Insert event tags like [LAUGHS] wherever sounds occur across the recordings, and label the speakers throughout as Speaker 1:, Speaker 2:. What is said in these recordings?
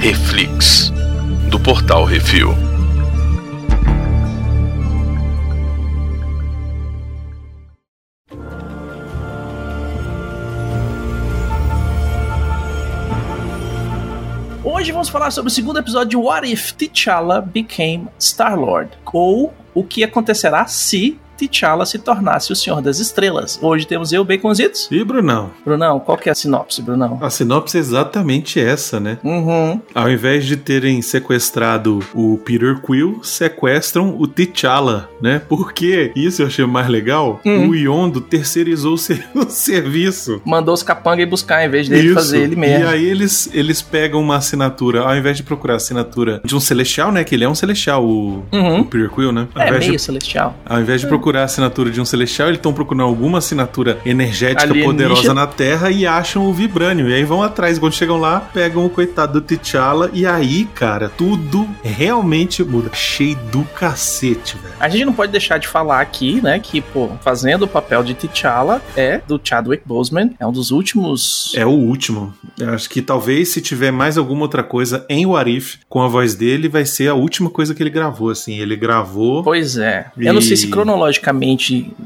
Speaker 1: Reflix, do portal Refil.
Speaker 2: Hoje vamos falar sobre o segundo episódio de What If T'Challa Became Star-Lord? Ou o que acontecerá se T'Challa se tornasse o Senhor das Estrelas. Hoje temos eu, Baconzitos.
Speaker 3: E Brunão?
Speaker 2: Brunão, qual que é a sinopse, Brunão?
Speaker 3: A sinopse é exatamente essa, né?
Speaker 2: Uhum.
Speaker 3: Ao invés de terem sequestrado o Peter Quill, sequestram o T'Challa, né? Porque, isso eu achei mais legal,
Speaker 2: Hum.
Speaker 3: o Yondo terceirizou o, [LAUGHS] ser- o serviço.
Speaker 2: Mandou os capanga ir buscar em vez dele
Speaker 3: Isso.
Speaker 2: fazer ele mesmo.
Speaker 3: E aí eles, eles pegam uma assinatura, ao invés de procurar a assinatura de um celestial, né? Que ele é um celestial, o, o
Speaker 2: Uhum.
Speaker 3: Peter Quill, né? Ao
Speaker 2: É
Speaker 3: invés de
Speaker 2: meio celestial.
Speaker 3: Ao invés de
Speaker 2: É.
Speaker 3: procurar a assinatura de um celestial, eles estão procurando alguma assinatura energética
Speaker 2: Alienígena.
Speaker 3: poderosa na Terra e acham o Vibranium. E aí vão atrás. Quando chegam lá, pegam o coitado do T'Challa. E aí, cara, tudo realmente muda. Achei do cacete, velho.
Speaker 2: A gente não pode deixar de falar aqui, né, que, pô, fazendo o papel de T'Challa é do Chadwick Boseman, é um dos últimos...
Speaker 3: É o último. Eu acho que talvez se tiver mais alguma outra coisa em Warif com a voz dele, vai ser a última coisa que ele gravou. Assim, ele gravou.
Speaker 2: Pois é. Eu não sei se
Speaker 3: E-
Speaker 2: cronologicamente,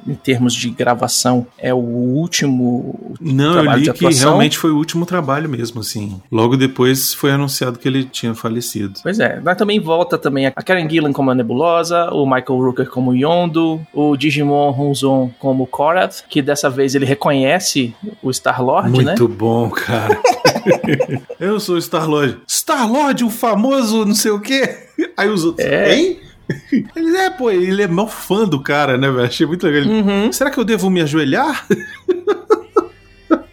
Speaker 2: em termos de gravação, é o último
Speaker 3: Não, eu
Speaker 2: trabalho de
Speaker 3: li que
Speaker 2: atuação.
Speaker 3: realmente foi o último trabalho mesmo, assim. Logo depois foi anunciado que ele tinha falecido.
Speaker 2: Pois é, mas também volta também a Karen Gillan como a Nebulosa, o Michael Rooker como Yondo, o Digimon Hunzon como Korath, que dessa vez ele reconhece o Star-Lord, né?
Speaker 3: Muito bom, cara. [LAUGHS] eu sou o Star-Lord. Star-Lord, o famoso não sei o quê. Aí os outros,
Speaker 2: É.
Speaker 3: hein? Ele é, pô, ele é mó fã do cara, né, velho? Achei muito legal. Ele,
Speaker 2: Uhum.
Speaker 3: Será que eu devo me ajoelhar?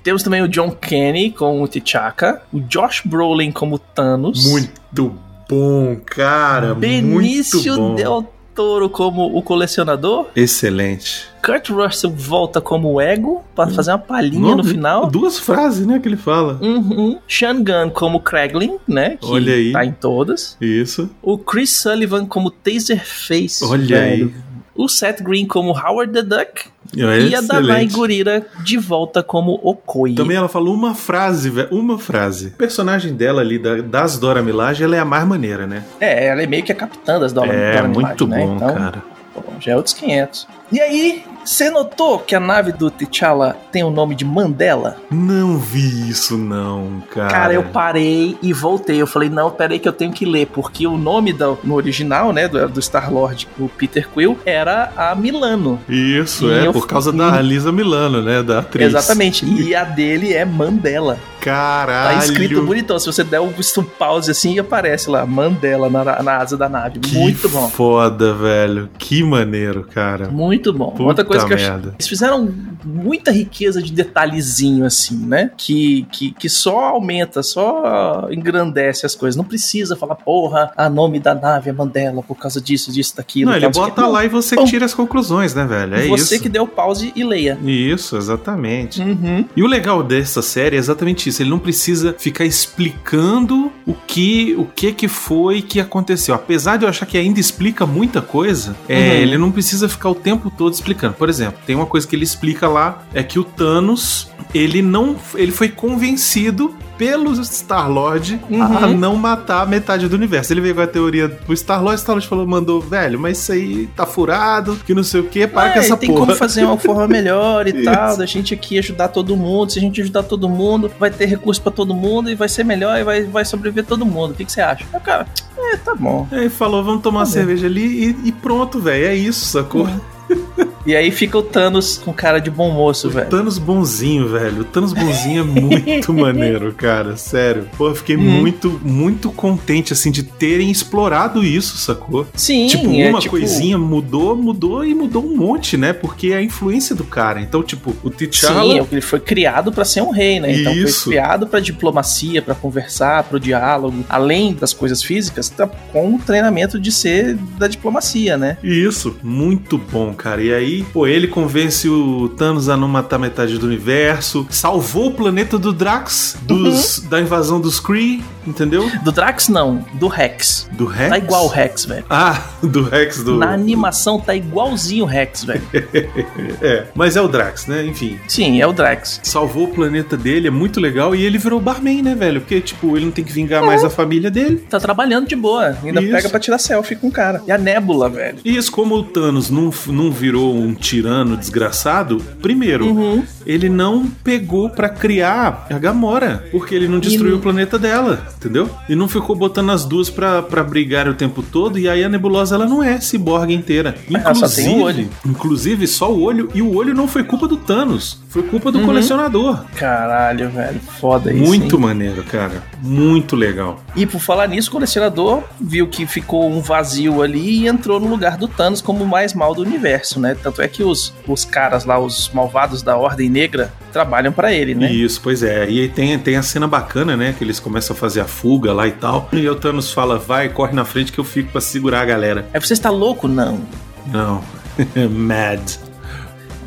Speaker 2: Temos também o John Kenny como o T'Chaka, o Josh Brolin como Thanos,
Speaker 3: Muito bom, cara.
Speaker 2: Benício
Speaker 3: muito bom.
Speaker 2: Del Toro como o Colecionador,
Speaker 3: Excelente.
Speaker 2: Kurt Russell volta como o Ego,
Speaker 3: Hum.
Speaker 2: pra fazer uma palhinha
Speaker 3: Não,
Speaker 2: no final.
Speaker 3: Duas frases, né, que ele fala.
Speaker 2: Uhum. Sean Gunn como Kraglin, né? Que
Speaker 3: Olha aí.
Speaker 2: tá em todas.
Speaker 3: Isso.
Speaker 2: O Chris Sullivan como Taserface.
Speaker 3: Olha aí.
Speaker 2: O Seth Green como Howard the Duck.
Speaker 3: Excelente.
Speaker 2: E a Danai Gurira de volta como Okoi.
Speaker 3: Também ela falou uma frase, velho. Uma frase. O personagem dela ali, da- das Dora Milaje, ela é a mais maneira, né?
Speaker 2: É, ela é meio que a capitã das dólares.
Speaker 3: é, muito
Speaker 2: né?
Speaker 3: bom,
Speaker 2: então,
Speaker 3: cara.
Speaker 2: pô, já é outros 500. E aí, você notou que a nave do T'Challa tem o nome de Mandela?
Speaker 3: Não vi isso, não, cara.
Speaker 2: Cara, eu parei e voltei. Eu falei, não, peraí que eu tenho que ler. Porque o nome da- no original, né, do, do Star-Lord, o Peter Quill, era a Milano.
Speaker 3: Isso,
Speaker 2: E
Speaker 3: é,
Speaker 2: eu
Speaker 3: por
Speaker 2: fui-
Speaker 3: causa da Lisa Milano, né? Da atriz.
Speaker 2: Exatamente.
Speaker 3: [LAUGHS]
Speaker 2: E a dele é Mandela. Tá
Speaker 3: Caralho.
Speaker 2: escrito bonitão. Se você der um, um pause assim, aparece lá, Mandela na, na asa da nave.
Speaker 3: Que
Speaker 2: Muito bom.
Speaker 3: foda, velho. Que maneiro, cara.
Speaker 2: Muito bom.
Speaker 3: Puta
Speaker 2: Outra coisa que eu achei.
Speaker 3: merda.
Speaker 2: Eles fizeram muita riqueza de detalhezinho, assim, né? Que, que, que só aumenta, só engrandece as coisas. Não precisa falar, porra, a nome da nave é Mandela por causa disso, disso, daquilo.
Speaker 3: Não, ele
Speaker 2: tal, disso,
Speaker 3: bota
Speaker 2: aquilo.
Speaker 3: lá e você
Speaker 2: é um Bom.
Speaker 3: tira as conclusões, né, velho? É
Speaker 2: Você
Speaker 3: isso.
Speaker 2: que deu pause e leia.
Speaker 3: Isso, exatamente.
Speaker 2: Uhum.
Speaker 3: E o legal dessa série é exatamente isso. Ele não precisa ficar explicando o que o que que foi que aconteceu. Apesar de eu achar que ainda explica muita coisa, é,
Speaker 2: Uhum.
Speaker 3: ele não precisa ficar o tempo todo explicando. Por exemplo, tem uma coisa que ele explica lá é que o Thanos ele não ele foi convencido pelo Star Lord a
Speaker 2: Uhum.
Speaker 3: não matar metade do universo. Ele veio com a teoria pro Star Lord. Star Lord falou, mandou velho, mas isso aí tá furado, que não sei o que. Para
Speaker 2: Ah,
Speaker 3: com essa
Speaker 2: tem
Speaker 3: porra.
Speaker 2: como fazer uma
Speaker 3: [LAUGHS]
Speaker 2: forma melhor e
Speaker 3: Isso.
Speaker 2: tal, da gente aqui ajudar todo mundo. Se a gente ajudar todo mundo, vai ter recurso pra todo mundo e vai ser melhor e vai, vai sobreviver todo mundo. O que, que você acha? Eu, cara, é, tá bom.
Speaker 3: Aí falou, vamos tomar uma
Speaker 2: Tá
Speaker 3: cerveja ali e, e pronto, velho. É isso, sacou?
Speaker 2: E aí fica o Thanos com cara de bom moço, velho.
Speaker 3: Thanos bonzinho, velho. O Thanos bonzinho
Speaker 2: [LAUGHS]
Speaker 3: é muito maneiro, cara. Sério. Pô, eu fiquei
Speaker 2: Hum.
Speaker 3: muito, muito contente, assim, de terem explorado isso, sacou?
Speaker 2: Sim,
Speaker 3: tipo,
Speaker 2: é,
Speaker 3: uma coisinha mudou, mudou e mudou um monte, né? Porque é a influência do cara. Então, tipo, o T'Challa...
Speaker 2: Sim, é ele foi criado pra ser um rei, né? Então
Speaker 3: Isso.
Speaker 2: foi criado pra diplomacia, pra conversar, pro diálogo, além das coisas físicas, tá com o treinamento de ser da diplomacia, né?
Speaker 3: Isso, muito bom, cara. E aí aí, pô, ele convence o Thanos a não matar metade do universo, salvou o planeta do Drax dos,
Speaker 2: Uhum.
Speaker 3: da invasão dos Kree, entendeu?
Speaker 2: Do Drax, não, do Rex.
Speaker 3: Do Rex?
Speaker 2: Tá igual o Rex, velho.
Speaker 3: Ah, [LAUGHS] do Rex do.
Speaker 2: Na animação tá igualzinho o Rex, velho.
Speaker 3: É, mas é o Drax, né? Enfim.
Speaker 2: Sim, é o Drax.
Speaker 3: Salvou o planeta dele, é muito legal. E ele virou barman, né, velho? Porque, tipo, ele não tem que vingar
Speaker 2: É.
Speaker 3: mais a família dele.
Speaker 2: Tá trabalhando de boa. Ainda
Speaker 3: Isso.
Speaker 2: pega pra tirar selfie com o cara. E a Nébula, velho.
Speaker 3: E isso, como o Thanos não, f- não virou um tirano desgraçado, primeiro, ele não pegou pra criar a Gamora, porque ele não destruiu o planeta dela, entendeu? E não ficou botando as duas pra, pra brigar o tempo todo, e aí a Nebulosa, ela não é ciborgue inteira.
Speaker 2: Ela só tem um olho.
Speaker 3: inclusive, só o olho, e o olho não foi culpa do Thanos, foi culpa do colecionador.
Speaker 2: Caralho, velho. Foda isso.
Speaker 3: Muito
Speaker 2: hein?
Speaker 3: maneiro, cara. Muito legal.
Speaker 2: E por falar nisso, o colecionador viu que ficou um vazio ali e entrou no lugar do Thanos como o mais mal do universo, né? Tanto é que os, os caras lá, os malvados da Ordem Negra, trabalham pra ele, né?
Speaker 3: Isso, pois é. E aí tem, tem a cena bacana, né? Que eles começam a fazer a fuga lá e tal. E o Thanos fala, vai, corre na frente que eu fico pra segurar a galera.
Speaker 2: Aí você está louco? Não.
Speaker 3: Não. [LAUGHS] Mad.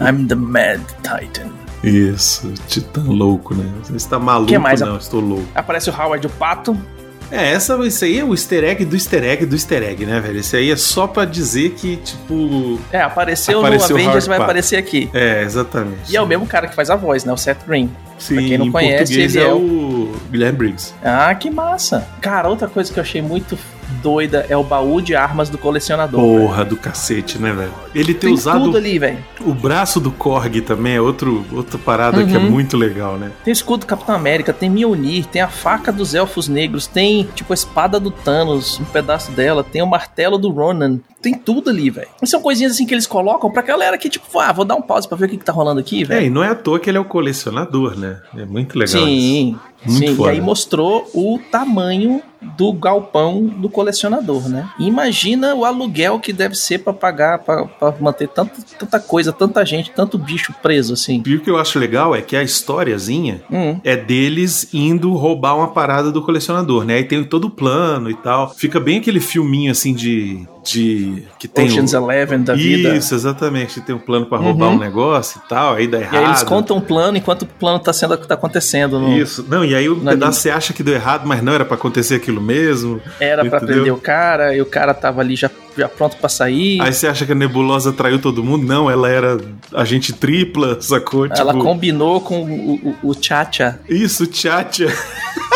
Speaker 2: I'm the Mad Titan.
Speaker 3: Isso, titã louco, né? Você está maluco?
Speaker 2: Que é mais?
Speaker 3: Não, estou louco.
Speaker 2: Aparece o Howard o Pato.
Speaker 3: É, essa, isso aí é o easter egg do easter egg do easter egg, né, velho? Isso aí é só pra dizer que, tipo...
Speaker 2: É, apareceu,
Speaker 3: Apareceu o
Speaker 2: no Avengers,
Speaker 3: Howard
Speaker 2: vai
Speaker 3: Pato.
Speaker 2: aparecer aqui.
Speaker 3: É, exatamente.
Speaker 2: E é o mesmo cara que faz a voz, né? O Seth Green.
Speaker 3: Sim,
Speaker 2: pra quem não
Speaker 3: em
Speaker 2: conhece,
Speaker 3: português
Speaker 2: ele
Speaker 3: é
Speaker 2: é
Speaker 3: o Guilherme Briggs.
Speaker 2: Ah, que massa! Cara, outra coisa que eu achei muito doida é o baú de armas do colecionador. velho.
Speaker 3: Porra do cacete, né, velho? Ele ter
Speaker 2: Tem
Speaker 3: usado
Speaker 2: tudo ali, velho.
Speaker 3: O braço do Korg também é outro, outra parada
Speaker 2: Uhum.
Speaker 3: que é muito legal, né?
Speaker 2: Tem o escudo do Capitão América, tem Mjolnir, tem a faca dos Elfos Negros, tem, tipo, a espada do Thanos, um pedaço dela, tem o martelo do Ronan. Tem tudo ali, velho. E São coisinhas assim que eles colocam pra galera que, tipo, ah, vou dar um pause pra ver o que, que tá rolando aqui,
Speaker 3: É,
Speaker 2: velho.
Speaker 3: e não é à toa que ele é o colecionador, né? É muito legal isso.
Speaker 2: Sim,
Speaker 3: Muito
Speaker 2: sim.
Speaker 3: foda.
Speaker 2: E aí mostrou o tamanho do galpão do colecionador, né? Imagina o aluguel que deve ser pra pagar, pra pra manter tanto, tanta coisa, tanta gente, tanto bicho preso, assim.
Speaker 3: E o que eu acho legal é que a historiazinha
Speaker 2: Hum.
Speaker 3: é deles indo roubar uma parada do colecionador, né? Aí tem todo o plano e tal. Fica bem aquele filminho assim de. de que tem.
Speaker 2: Ocean's Eleven da vida.
Speaker 3: Isso, exatamente. Tem um plano pra roubar
Speaker 2: Uhum.
Speaker 3: um negócio e tal, aí dá errado.
Speaker 2: E aí eles contam um plano enquanto o plano tá sendo tá acontecendo. No,
Speaker 3: Isso. Não, e aí o
Speaker 2: Na
Speaker 3: pedaço você acha que deu errado, mas não era pra acontecer aquilo mesmo.
Speaker 2: Era pra
Speaker 3: Entendeu?
Speaker 2: prender o cara, e o cara tava ali já, já pronto pra sair.
Speaker 3: Aí você acha que a Nebulosa traiu todo mundo? Não, ela era agente tripla, sacou?
Speaker 2: Ela
Speaker 3: Tipo,
Speaker 2: combinou com o, o, o Chacha.
Speaker 3: Isso, tchatcha. [LAUGHS]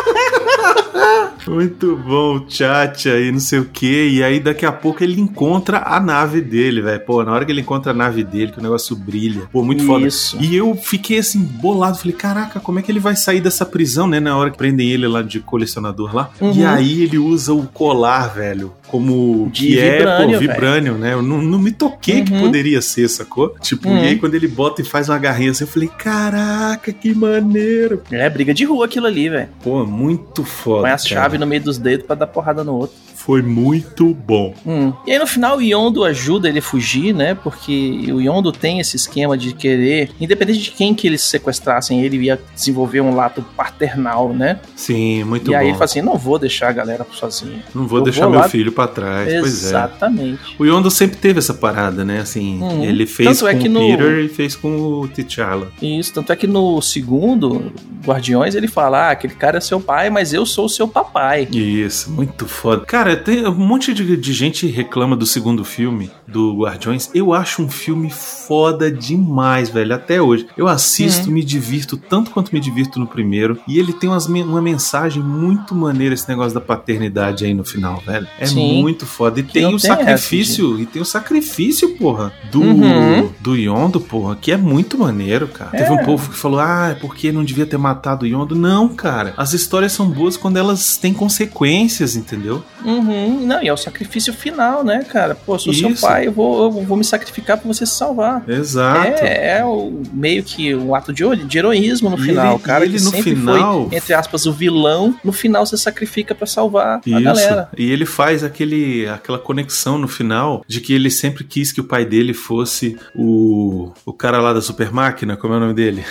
Speaker 3: Muito bom, tchatcha e não sei o que. E aí daqui a pouco ele encontra a nave dele, velho. Pô, na hora que ele encontra a nave dele, que o negócio brilha. Pô, muito foda.
Speaker 2: Isso.
Speaker 3: E eu fiquei assim, bolado. Falei, caraca, como é que ele vai sair dessa prisão, né? Na hora que prendem ele lá de colecionador lá.
Speaker 2: Uhum.
Speaker 3: E aí ele usa o colar, velho. Como
Speaker 2: De
Speaker 3: que é,
Speaker 2: vibrânio,
Speaker 3: pô, vibrânio, né? Eu não, não me toquei que
Speaker 2: Uhum.
Speaker 3: poderia ser, sacou? Tipo,
Speaker 2: Uhum.
Speaker 3: e aí quando ele bota e faz uma garrinha assim, eu falei, caraca, que maneiro.
Speaker 2: É briga de rua aquilo ali, velho.
Speaker 3: Pô, muito foda.
Speaker 2: Põe a
Speaker 3: cara.
Speaker 2: chave no meio dos dedos pra dar porrada no outro.
Speaker 3: Foi muito bom.
Speaker 2: Hum. E aí no final o Yondo ajuda ele a fugir, né? Porque o Yondo tem esse esquema de querer, independente de quem que eles sequestrassem, ele ia desenvolver um lato paternal, né?
Speaker 3: Sim, muito
Speaker 2: e aí
Speaker 3: bom.
Speaker 2: ele fala assim: não vou deixar a galera sozinha.
Speaker 3: não vou
Speaker 2: eu
Speaker 3: deixar
Speaker 2: vou
Speaker 3: meu
Speaker 2: lá-
Speaker 3: filho pra trás. Pois é.
Speaker 2: Exatamente.
Speaker 3: O Yondo sempre teve essa parada, né? Assim,
Speaker 2: Uhum.
Speaker 3: ele fez
Speaker 2: Tanto é
Speaker 3: com
Speaker 2: que
Speaker 3: o
Speaker 2: no-
Speaker 3: Peter e fez com o T'Challa.
Speaker 2: Isso, tanto é que no segundo Guardiões ele fala: ah, aquele cara é seu pai, mas eu sou o seu papai.
Speaker 3: Isso, muito foda. Cara, tem um monte de, de gente reclama do segundo filme do Guardiões. Eu acho um filme foda demais, velho, até hoje. Eu assisto,
Speaker 2: Uhum.
Speaker 3: me divirto tanto quanto me divirto no primeiro. E ele tem umas men- uma mensagem muito maneira, esse negócio da paternidade aí no final, velho. É
Speaker 2: Sim.
Speaker 3: muito foda. E
Speaker 2: Que
Speaker 3: tem
Speaker 2: não
Speaker 3: o
Speaker 2: tem essa,
Speaker 3: sacrifício, e tem o sacrifício, porra, do,
Speaker 2: Uhum.
Speaker 3: do Yondo, porra, que é muito maneiro, cara. Teve um povo que falou, ah, é porque não devia ter matado o Yondo. Não, cara. As histórias são boas quando elas têm consequências, entendeu?
Speaker 2: Uhum. Não, e é o sacrifício final, né, cara? Pô, eu sou seu
Speaker 3: Isso.
Speaker 2: pai, eu vou, eu vou me sacrificar pra você se salvar.
Speaker 3: Exato.
Speaker 2: É, é o, meio que um ato de, de heroísmo no
Speaker 3: E
Speaker 2: final.
Speaker 3: ele-
Speaker 2: o cara
Speaker 3: e ele
Speaker 2: que
Speaker 3: no
Speaker 2: sempre
Speaker 3: final-
Speaker 2: foi, entre aspas, o vilão, no final se sacrifica pra salvar a
Speaker 3: Isso.
Speaker 2: galera.
Speaker 3: E ele faz aquele, aquela conexão no final de que ele sempre quis que o pai dele fosse o, o cara lá da super máquina, como é o nome dele?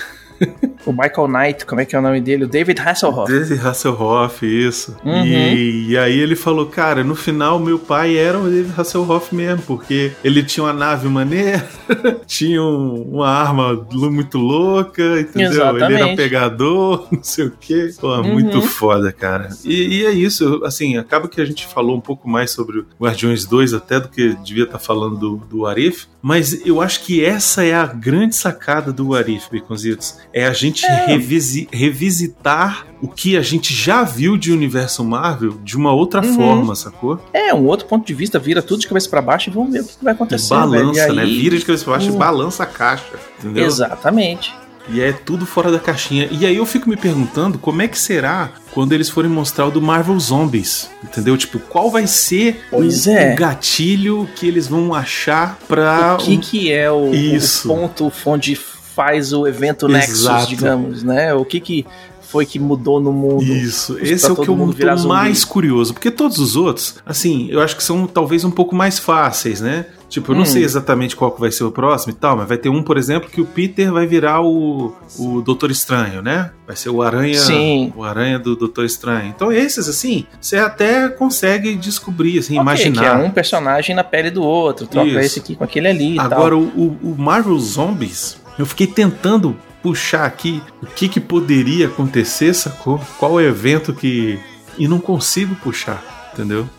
Speaker 2: o Michael Knight, como é que é o nome dele? O David Hasselhoff.
Speaker 3: David Hasselhoff, isso.
Speaker 2: Uhum.
Speaker 3: E, e aí ele falou, cara, no final meu pai era o David Hasselhoff mesmo, porque ele tinha uma nave maneira, [LAUGHS] tinha um- uma arma lu- muito louca, entendeu? Ele era
Speaker 2: Exatamente.
Speaker 3: pegador, [LAUGHS] não sei o quê. Pô, muito foda, cara. E, e é isso, assim, acaba que a gente falou um pouco mais sobre o Guardiões 2 até do que devia estar falando do, do Arif, mas eu acho que essa é a grande sacada do Arif, Baconzitos. É a gente revisi- revisitar o que a gente já viu de universo Marvel de uma outra
Speaker 2: Uhum.
Speaker 3: forma, sacou?
Speaker 2: É, um outro ponto de vista, vira tudo de cabeça pra baixo e vamos ver o que que vai acontecer.
Speaker 3: balança,
Speaker 2: velho. E
Speaker 3: né?
Speaker 2: aí-
Speaker 3: Vira de cabeça pra baixo e
Speaker 2: Hum.
Speaker 3: balança a caixa, entendeu?
Speaker 2: Exatamente.
Speaker 3: E é tudo fora da caixinha. E aí eu fico me perguntando como é que será quando eles forem mostrar o do Marvel Zombies, entendeu? Tipo, qual vai ser
Speaker 2: Pois
Speaker 3: o,
Speaker 2: é.
Speaker 3: o gatilho que eles vão achar pra... um
Speaker 2: o que, que é o,
Speaker 3: Ah, Isso.
Speaker 2: o ponto onde faz o evento
Speaker 3: Exato.
Speaker 2: Nexus, digamos, né? O que, que foi que mudou no mundo?
Speaker 3: Isso,
Speaker 2: Pra
Speaker 3: esse é o que
Speaker 2: todo
Speaker 3: eu
Speaker 2: mundo virar
Speaker 3: tô
Speaker 2: zumbi.
Speaker 3: mais curioso, porque todos os outros, assim, eu acho que são talvez um pouco mais fáceis, né? Tipo, eu não
Speaker 2: Hum.
Speaker 3: sei exatamente qual que vai ser o próximo e tal, mas vai ter um, por exemplo, que o Peter vai virar o, o Doutor Estranho, né? Vai ser o Aranha.
Speaker 2: Sim.
Speaker 3: O Aranha do Doutor Estranho. Então, esses, assim, você até consegue descobrir, assim,
Speaker 2: Ok, Que é
Speaker 3: imaginar.
Speaker 2: um personagem na pele do outro, troca
Speaker 3: Isso.
Speaker 2: esse aqui com aquele ali e tal.
Speaker 3: Agora, o, o- o Marvel Zombies, eu fiquei tentando puxar aqui o que, que poderia acontecer, sacou? Qual evento que. E não consigo puxar, entendeu?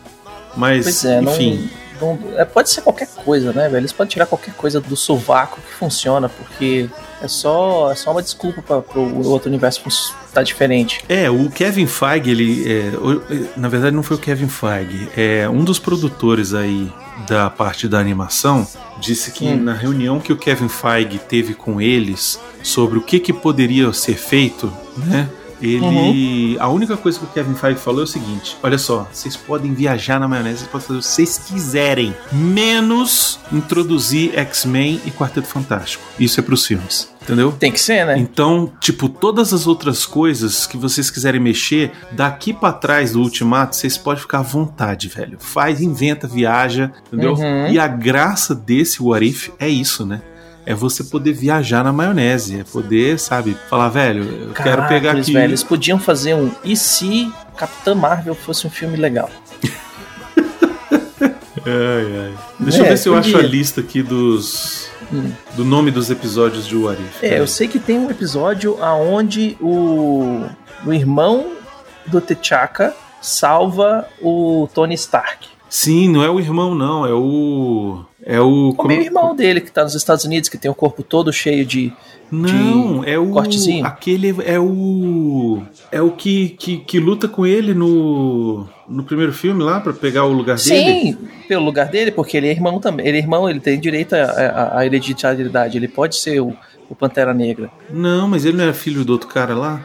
Speaker 3: Mas,
Speaker 2: Pois é, não-
Speaker 3: enfim.
Speaker 2: não, é, pode ser qualquer coisa, né, velho? Eles podem tirar qualquer coisa do sovaco que funciona, porque é só, é só uma desculpa pra, pro outro universo fun- tá diferente.
Speaker 3: É, o Kevin Feige, ele. é, o- na verdade, não foi o Kevin Feige. É, um dos produtores aí da parte da animação disse que
Speaker 2: Hum.
Speaker 3: na reunião que o Kevin Feige teve com eles sobre o que, que poderia ser feito, né? Ele. A única coisa que o Kevin Feige falou é o seguinte: olha só, vocês podem viajar na maionese, vocês podem fazer o que vocês quiserem, menos introduzir X-Men e Quarteto Fantástico. Isso é pros filmes, entendeu?
Speaker 2: Tem que ser, né?
Speaker 3: Então, tipo, todas as outras coisas que vocês quiserem mexer, daqui pra trás do Ultimato, vocês podem ficar à vontade, velho. Faz, inventa, viaja, entendeu?
Speaker 2: Uhum.
Speaker 3: E a graça desse What If é isso, né? É você poder viajar na maionese, é poder, sabe, falar, velho, eu quero
Speaker 2: Caraca,
Speaker 3: pegar
Speaker 2: eles,
Speaker 3: aqui.
Speaker 2: velho, eles podiam fazer um e se Capitã Marvel fosse um filme legal?
Speaker 3: Ai, ai. Deixa eu
Speaker 2: É,
Speaker 3: ver se eu acho a
Speaker 2: podia.
Speaker 3: lista aqui dos.
Speaker 2: Hum.
Speaker 3: Do nome dos episódios de What If.
Speaker 2: É, eu sei que tem um episódio aonde o, o irmão do T'Chaka salva o Tony Stark.
Speaker 3: Sim, não é o irmão, não. É o. É o.
Speaker 2: O meio irmão dele que tá nos Estados Unidos, que tem o corpo todo cheio de.
Speaker 3: Não, é o
Speaker 2: cortezinho?
Speaker 3: aquele é o é o que, que, que luta com ele no no primeiro filme lá pra pegar o lugar dele.
Speaker 2: Sim, pelo lugar dele, porque ele é irmão também. Ele é irmão, ele tem direito à- à à hereditariedade. Ele pode ser o, o Pantera Negra.
Speaker 3: Não, mas ele não era filho do outro cara lá.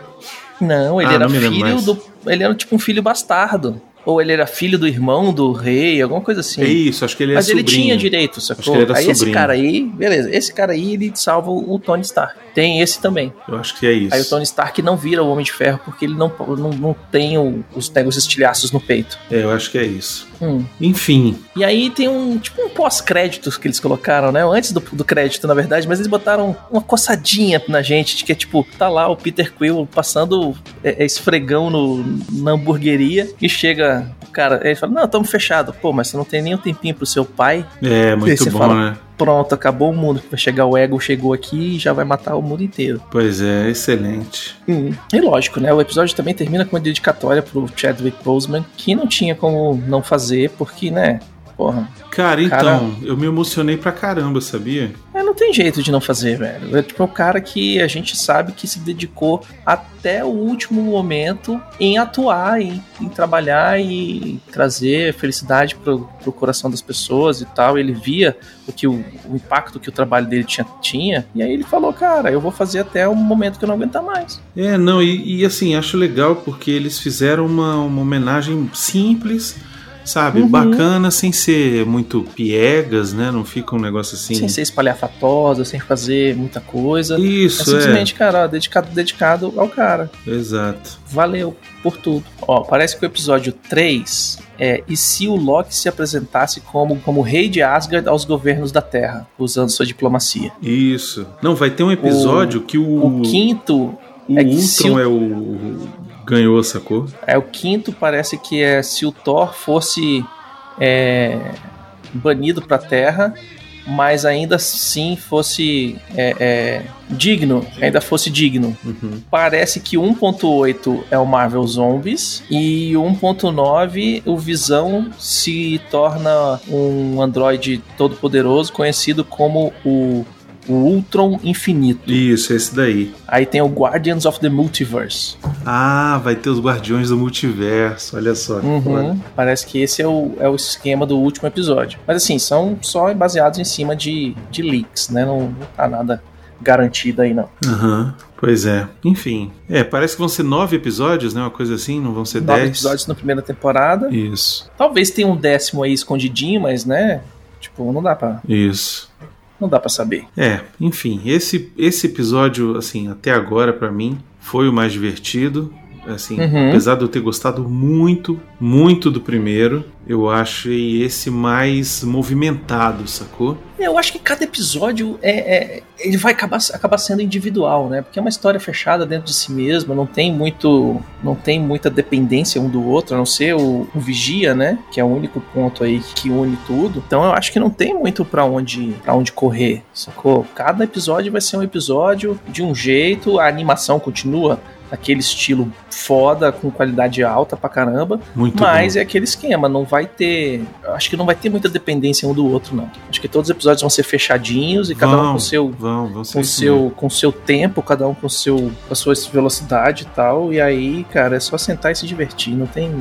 Speaker 2: Não, ele
Speaker 3: Ah,
Speaker 2: era
Speaker 3: não me lembro
Speaker 2: filho
Speaker 3: mais.
Speaker 2: do. Ele era tipo um filho bastardo. Ou ele era filho do irmão do rei, alguma coisa assim.
Speaker 3: É isso, acho que ele é
Speaker 2: Mas
Speaker 3: sobrinho.
Speaker 2: ele tinha direito,
Speaker 3: Acho
Speaker 2: sacou?
Speaker 3: que ele era
Speaker 2: aí esse
Speaker 3: sobrinho.
Speaker 2: cara aí, beleza, esse cara aí ele salva o Tony Stark. Tem esse também.
Speaker 3: Eu acho que é isso.
Speaker 2: Aí o Tony Stark não vira o Homem de Ferro porque ele não, não, não tem o- os, tem os estilhaços no peito.
Speaker 3: É, eu acho que é isso.
Speaker 2: Hum.
Speaker 3: Enfim,
Speaker 2: E aí tem um tipo um pós-créditos que eles colocaram, né? Antes do, do crédito, na verdade, mas eles botaram uma coçadinha na gente, de que é tipo, tá lá o Peter Quill passando é, é, esfregão no, na hamburgueria e chega o cara, ele fala, não, estamos fechado. Pô, mas você não tem nem um tempinho pro seu pai
Speaker 3: é muito
Speaker 2: Esse
Speaker 3: bom,
Speaker 2: fala.
Speaker 3: né?
Speaker 2: pronto, acabou o mundo. Vai chegar o ego, chegou aqui e já vai matar o mundo inteiro.
Speaker 3: Pois é, excelente.
Speaker 2: E lógico, né? O episódio também termina com uma dedicatória pro Chadwick Boseman, que não tinha como não fazer, porque, né? Porra,
Speaker 3: Cara, então,
Speaker 2: Cara-
Speaker 3: eu me emocionei pra caramba, sabia?
Speaker 2: é, não tem jeito de não fazer, velho. É tipo um cara que a gente sabe que se dedicou até o último momento em atuar, em, em trabalhar e trazer felicidade pro, pro coração das pessoas e tal. Ele via o que o, o impacto que o trabalho dele tinha, tinha. E aí ele falou, cara, eu vou fazer até o momento que eu não aguentar mais.
Speaker 3: É, não, e, e, assim, acho legal porque eles fizeram uma, uma homenagem simples, sabe?
Speaker 2: Uhum.
Speaker 3: Bacana, sem ser muito piegas, né? Não fica um negócio assim.
Speaker 2: Sem ser espalhafatosa, sem fazer muita coisa. é
Speaker 3: Isso, é,
Speaker 2: simplesmente, cara, ó, dedicado, dedicado ao cara.
Speaker 3: Exato.
Speaker 2: Valeu por tudo. Ó, parece que o episódio 3 é E se o Loki se apresentasse como, como rei de Asgard aos governos da Terra, usando sua diplomacia?
Speaker 3: Isso. Não, vai ter um episódio que o.
Speaker 2: O quinto
Speaker 3: O
Speaker 2: É que se
Speaker 3: Ultron
Speaker 2: o-
Speaker 3: é o. Ganhou, sacou?
Speaker 2: É o quinto, parece que é se o Thor fosse é, banido pra Terra, mas ainda assim fosse é, é, digno, ainda fosse digno.
Speaker 3: Uhum.
Speaker 2: Parece que 1.8 é o Marvel Zombies e 1.9 o Visão se torna um androide todo poderoso conhecido como o, o Ultron Infinito.
Speaker 3: Isso, é esse daí.
Speaker 2: Aí tem o Guardians of the Multiverse.
Speaker 3: Ah, vai ter os Guardiões do Multiverso, olha só. que foda.
Speaker 2: Uhum. Parece que esse é o, é o esquema do último episódio. Mas assim, são só baseados em cima de, de leaks, né? Não, não tá nada garantido aí, não.
Speaker 3: Aham, Pois é. Enfim. É, parece que vão ser nove episódios, né? Uma coisa assim, não vão ser
Speaker 2: Nove
Speaker 3: dez.
Speaker 2: episódios na primeira temporada.
Speaker 3: Isso,
Speaker 2: Talvez tenha um décimo aí escondidinho, mas né? Tipo, não dá pra,
Speaker 3: isso.
Speaker 2: não dá pra saber.
Speaker 3: É, enfim, esse, esse episódio, assim, até agora pra mim, foi o mais divertido. Assim,
Speaker 2: Uhum.
Speaker 3: apesar de eu ter gostado muito, muito do primeiro, eu achei esse mais movimentado, sacou?
Speaker 2: Eu acho que cada episódio é, é- ele vai acabar, acabar sendo individual, né? Porque é uma história fechada dentro de si mesma, não tem muito, não tem muita dependência um do outro, a não ser o, o vigia, né? Que é o único ponto aí que une tudo. Então eu acho que não tem muito pra onde, para onde correr, sacou? Cada episódio vai ser um episódio de um jeito, a animação continua aquele estilo foda com qualidade alta pra caramba.
Speaker 3: Muito
Speaker 2: Mas
Speaker 3: bom.
Speaker 2: é aquele esquema, não vai ter. Acho que não vai ter muita dependência um do outro, não. Acho que todos os episódios vão ser fechadinhos e cada um
Speaker 3: Vão.
Speaker 2: com seu.
Speaker 3: Vão, vão ser
Speaker 2: Com
Speaker 3: isso
Speaker 2: seu, com seu tempo, cada um com, seu, com a sua velocidade e tal. E aí, cara, é só sentar e se divertir. Não tem.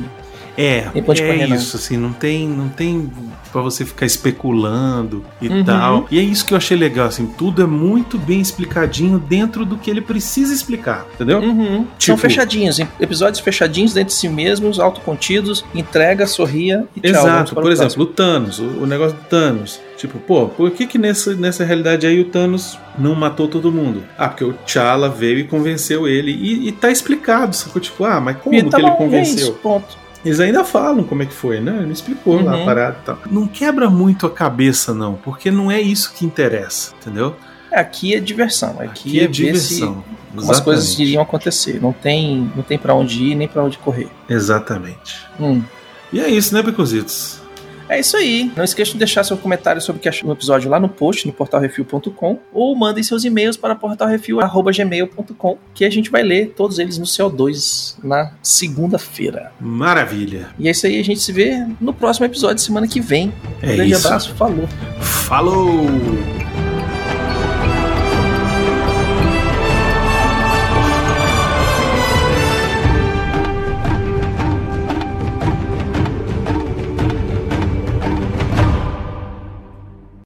Speaker 3: É,
Speaker 2: Tem ponto de
Speaker 3: é
Speaker 2: correr, né? não.
Speaker 3: isso, assim, não tem, não tem para você ficar especulando e
Speaker 2: Uhum.
Speaker 3: tal. E é isso que eu achei legal, assim, tudo é muito bem explicadinho dentro do que ele precisa explicar, entendeu?
Speaker 2: Uhum. São
Speaker 3: Tipo-
Speaker 2: fechadinhos, em- episódios fechadinhos dentro de si mesmos, autocontidos, entrega, sorria e tchau. vamos
Speaker 3: Exato,
Speaker 2: para o
Speaker 3: por
Speaker 2: próximo.
Speaker 3: exemplo, o Thanos, o, o negócio do Thanos. Tipo, pô, por que que nessa, nessa realidade aí o Thanos não matou todo mundo? Ah, porque o T'Challa veio e convenceu ele. E, e tá explicado, sacou? Tipo, ah, mas como
Speaker 2: E tá
Speaker 3: que ele
Speaker 2: bom, é
Speaker 3: convenceu?
Speaker 2: isso, ponto.
Speaker 3: Eles ainda falam como é que foi, né? Não explicou lá
Speaker 2: Uhum.
Speaker 3: a parada e tal. Não quebra muito a cabeça, não, porque não é isso que interessa, entendeu?
Speaker 2: Aqui é diversão. Aqui,
Speaker 3: Aqui
Speaker 2: é,
Speaker 3: é
Speaker 2: ver
Speaker 3: diversão.
Speaker 2: se como as coisas
Speaker 3: Exatamente.
Speaker 2: iriam acontecer. Não tem, não tem para onde ir, nem pra onde correr.
Speaker 3: Exatamente.
Speaker 2: Hum.
Speaker 3: E é isso, né, Picositos?
Speaker 2: É isso aí. Não esqueça de deixar seu comentário sobre o que achou do episódio lá no post, no portalrefil.com, ou mandem seus e-mails para portalrefil.gmail.com, que a gente vai ler todos eles no CO2 na segunda-feira.
Speaker 3: Maravilha.
Speaker 2: E é isso aí, a gente se vê no próximo episódio, semana que vem. Um
Speaker 3: É
Speaker 2: grande
Speaker 3: isso.
Speaker 2: abraço, falou!
Speaker 3: Falou!